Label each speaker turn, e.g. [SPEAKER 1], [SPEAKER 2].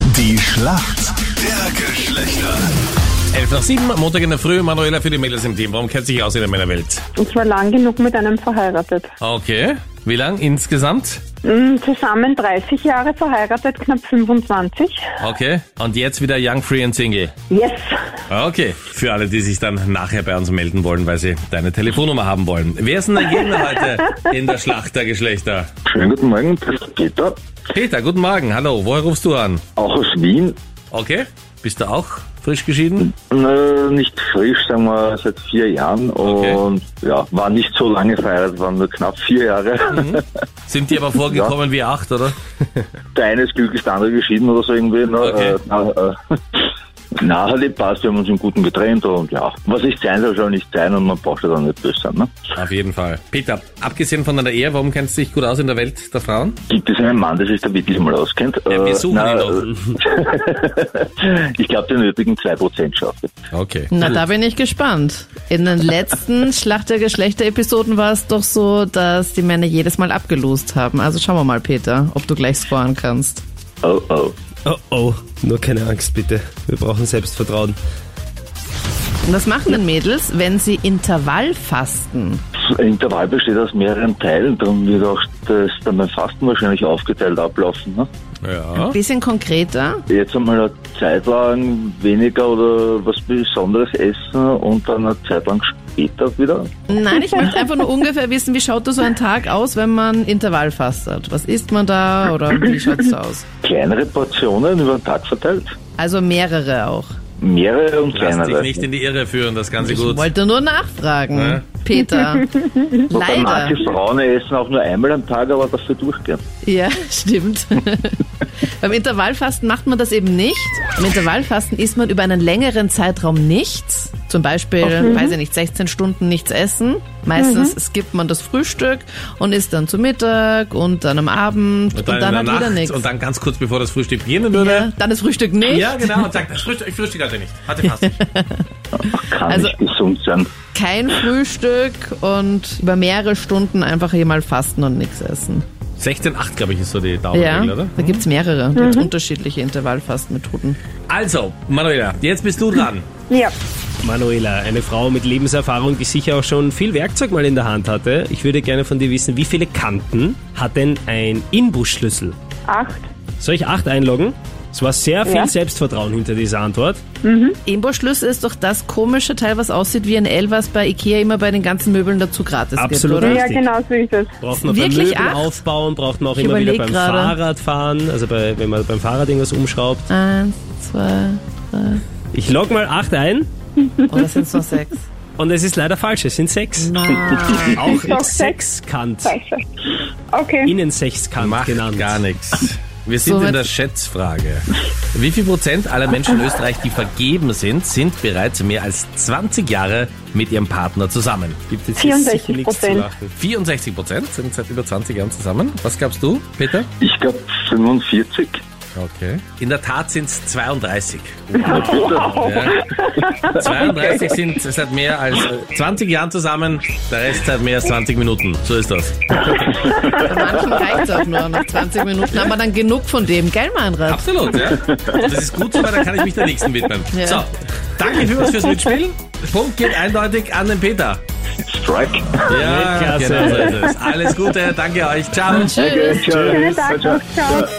[SPEAKER 1] Die Schlacht der Geschlechter.
[SPEAKER 2] 11 nach 7, Montag in der Früh, Manuela für die Mädels im Team. Warum kennt sich aus in der Männerwelt?
[SPEAKER 3] Ich war lang genug mit einem verheiratet.
[SPEAKER 2] Okay. Wie lang insgesamt?
[SPEAKER 3] Mm, Zusammen 30 Jahre verheiratet, knapp 25.
[SPEAKER 2] Okay. Und jetzt wieder Young, Free and Single.
[SPEAKER 3] Yes!
[SPEAKER 2] Okay. Für alle, die sich dann nachher bei uns melden wollen, weil sie deine Telefonnummer haben wollen. Wer ist denn der Gegner heute in der Schlacht der Geschlechter?
[SPEAKER 4] Schönen guten Morgen, das ist Peter
[SPEAKER 2] Peter, guten Morgen. Hallo, woher rufst du an?
[SPEAKER 4] auch aus Wien.
[SPEAKER 2] Okay. Bist du auch frisch geschieden?
[SPEAKER 4] Äh, nicht frisch, sagen wir seit vier Jahren
[SPEAKER 2] Okay.
[SPEAKER 4] und ja, war nicht so lange verheiratet, waren nur knapp vier Jahre.
[SPEAKER 2] Mhm. Sind dir aber vorgekommen wie acht, oder?
[SPEAKER 4] Der eine ist glücklich, der andere geschieden oder so irgendwie. Ne?
[SPEAKER 2] Okay.
[SPEAKER 4] Äh, na, äh, na, hat nicht passt, wir haben uns im Guten getrennt und ja, was nicht sein soll, soll nicht sein und man braucht ja dann nicht böse sein. Ne?
[SPEAKER 2] Auf jeden Fall. Peter, abgesehen von deiner Ehe, warum kennst du dich gut aus in der Welt der Frauen?
[SPEAKER 4] Gibt es einen Mann, der sich da wirklich mal auskennt? Äh,
[SPEAKER 2] Ja, wir suchen
[SPEAKER 4] na,
[SPEAKER 2] ihn
[SPEAKER 4] äh, ich glaube, den nötigen 2% schafft. er.
[SPEAKER 2] doch. Okay.
[SPEAKER 5] Na, da bin ich gespannt. In den letzten Schlacht der Geschlechter-Episoden war es doch so, dass die Männer jedes Mal abgelost haben. Also schauen wir mal, Peter, ob du gleich scoren kannst.
[SPEAKER 4] Oh, oh.
[SPEAKER 6] Oh oh, nur keine Angst bitte. Wir brauchen Selbstvertrauen.
[SPEAKER 5] Und was machen denn Mädels, wenn sie Intervall fasten?
[SPEAKER 4] Intervall besteht aus mehreren Teilen, darum wird auch das dann beim Fasten wahrscheinlich aufgeteilt ablaufen. Ne?
[SPEAKER 2] Ja.
[SPEAKER 5] Bisschen konkreter.
[SPEAKER 4] Jetzt einmal eine Zeit lang weniger oder was Besonderes essen und dann eine Zeit lang später wieder.
[SPEAKER 5] Nein, ich möchte einfach nur ungefähr wissen, wie schaut da so ein Tag aus, wenn man Intervall fastet? Was isst man da oder wie schaut's da aus?
[SPEAKER 4] Kleinere Portionen über den Tag verteilt.
[SPEAKER 5] Also mehrere auch.
[SPEAKER 4] Mehrere und
[SPEAKER 2] Lass dich
[SPEAKER 4] kleinere.
[SPEAKER 2] nicht in die Irre führen, das Ganze gut.
[SPEAKER 5] Ich wollte nur nachfragen,
[SPEAKER 2] Ja.
[SPEAKER 5] Peter.
[SPEAKER 4] Wobei
[SPEAKER 5] Leider.
[SPEAKER 4] manche Frauen essen auch nur einmal am Tag, aber dafür durchgehen.
[SPEAKER 5] Ja, stimmt. Beim Intervallfasten macht man das eben nicht. Im Intervallfasten isst man über einen längeren Zeitraum nichts. Zum Beispiel, weiß ich nicht, 16 Stunden nichts essen. Meistens skippt man das Frühstück und isst dann zu Mittag und dann am Abend und dann,
[SPEAKER 2] in der
[SPEAKER 5] hat wieder
[SPEAKER 2] Nacht
[SPEAKER 5] nichts.
[SPEAKER 2] Und dann ganz kurz bevor das Frühstück beginnen
[SPEAKER 5] ja,
[SPEAKER 2] würde.
[SPEAKER 5] dann ist Frühstück nicht.
[SPEAKER 2] genau. Und sagt, das Frühstück, ich frühstücke heute nicht. Hatte fast.
[SPEAKER 4] Kann
[SPEAKER 5] Also-
[SPEAKER 4] nicht gesund sein.
[SPEAKER 5] Kein Frühstück und über mehrere Stunden einfach hier mal fasten und nichts essen.
[SPEAKER 2] 16,8, glaube ich, ist so die
[SPEAKER 5] Ja,
[SPEAKER 2] Daumenregel, oder?
[SPEAKER 5] da gibt's mehrere. Da gibt's unterschiedliche Intervallfastenmethoden.
[SPEAKER 2] Also, Manuela, jetzt bist du dran.
[SPEAKER 3] Ja,
[SPEAKER 6] Manuela, eine Frau mit Lebenserfahrung, die sicher auch schon viel Werkzeug mal in der Hand hatte. Ich würde gerne von dir wissen, wie viele Kanten hat denn ein Inbusschlüssel?
[SPEAKER 3] acht.
[SPEAKER 6] Soll ich acht einloggen? Es war sehr viel
[SPEAKER 3] Ja.
[SPEAKER 6] Selbstvertrauen hinter dieser Antwort.
[SPEAKER 5] Imbo-Schlüssel ist doch das komische Teil, was aussieht wie ein L, was bei Ikea immer bei den ganzen Möbeln dazu gratis
[SPEAKER 6] Absolut.
[SPEAKER 5] gibt, oder?
[SPEAKER 3] Ja,
[SPEAKER 6] Richtig.
[SPEAKER 3] genau so ist es.
[SPEAKER 6] Braucht man
[SPEAKER 5] Wirklich
[SPEAKER 6] beim Möbel
[SPEAKER 5] acht?
[SPEAKER 6] aufbauen, braucht man auch
[SPEAKER 5] Ich
[SPEAKER 6] immer wieder
[SPEAKER 5] überleg
[SPEAKER 6] beim
[SPEAKER 5] gerade.
[SPEAKER 6] Fahrradfahren, also bei, wenn man beim Fahrrad irgendwas umschraubt.
[SPEAKER 5] Eins, zwei,
[SPEAKER 6] Ich log mal acht ein
[SPEAKER 5] oder sind es noch sechs?
[SPEAKER 6] und es ist leider falsch, es sind sechs. Auch
[SPEAKER 3] sag sechs.
[SPEAKER 6] Sechskant,
[SPEAKER 3] Scheiße. Okay,
[SPEAKER 6] Innensechskant
[SPEAKER 2] Macht
[SPEAKER 5] genau.
[SPEAKER 6] genannt.
[SPEAKER 2] gar nichts. Wir sind
[SPEAKER 5] Somit-
[SPEAKER 2] in der Schätzfrage. Wie viel Prozent aller Menschen in Österreich, die vergeben sind, sind bereits mehr als 20 Jahre mit ihrem Partner zusammen?
[SPEAKER 6] Gibt jetzt
[SPEAKER 3] 64
[SPEAKER 6] sicher nichts zu
[SPEAKER 3] Prozent.
[SPEAKER 6] lachen.
[SPEAKER 2] 64 Prozent sind seit über 20 Jahren zusammen. Was glaubst du, Peter?
[SPEAKER 4] Ich glaube 45.
[SPEAKER 2] Okay. In der Tat sind es 32. Ja. 32 sind seit mehr als äh, 20 Jahren zusammen, der Rest seit mehr als 20 Minuten. So ist das.
[SPEAKER 5] Bei manchen reicht auch nur nach 20 Minuten, aber dann genug von dem. Gell, Meinrad?
[SPEAKER 2] Absolut, ja. Das ist gut so, weil dann kann ich mich der nächsten widmen.
[SPEAKER 5] Ja.
[SPEAKER 2] So, danke vielmals fürs Mitspielen. Punkt geht eindeutig an den Peter.
[SPEAKER 4] Strike.
[SPEAKER 2] Ja,
[SPEAKER 6] Klasse.
[SPEAKER 2] genau so ist es. Alles Gute, danke euch. Ciao.
[SPEAKER 5] Tschüss.
[SPEAKER 3] schönen Tag noch. Ciao.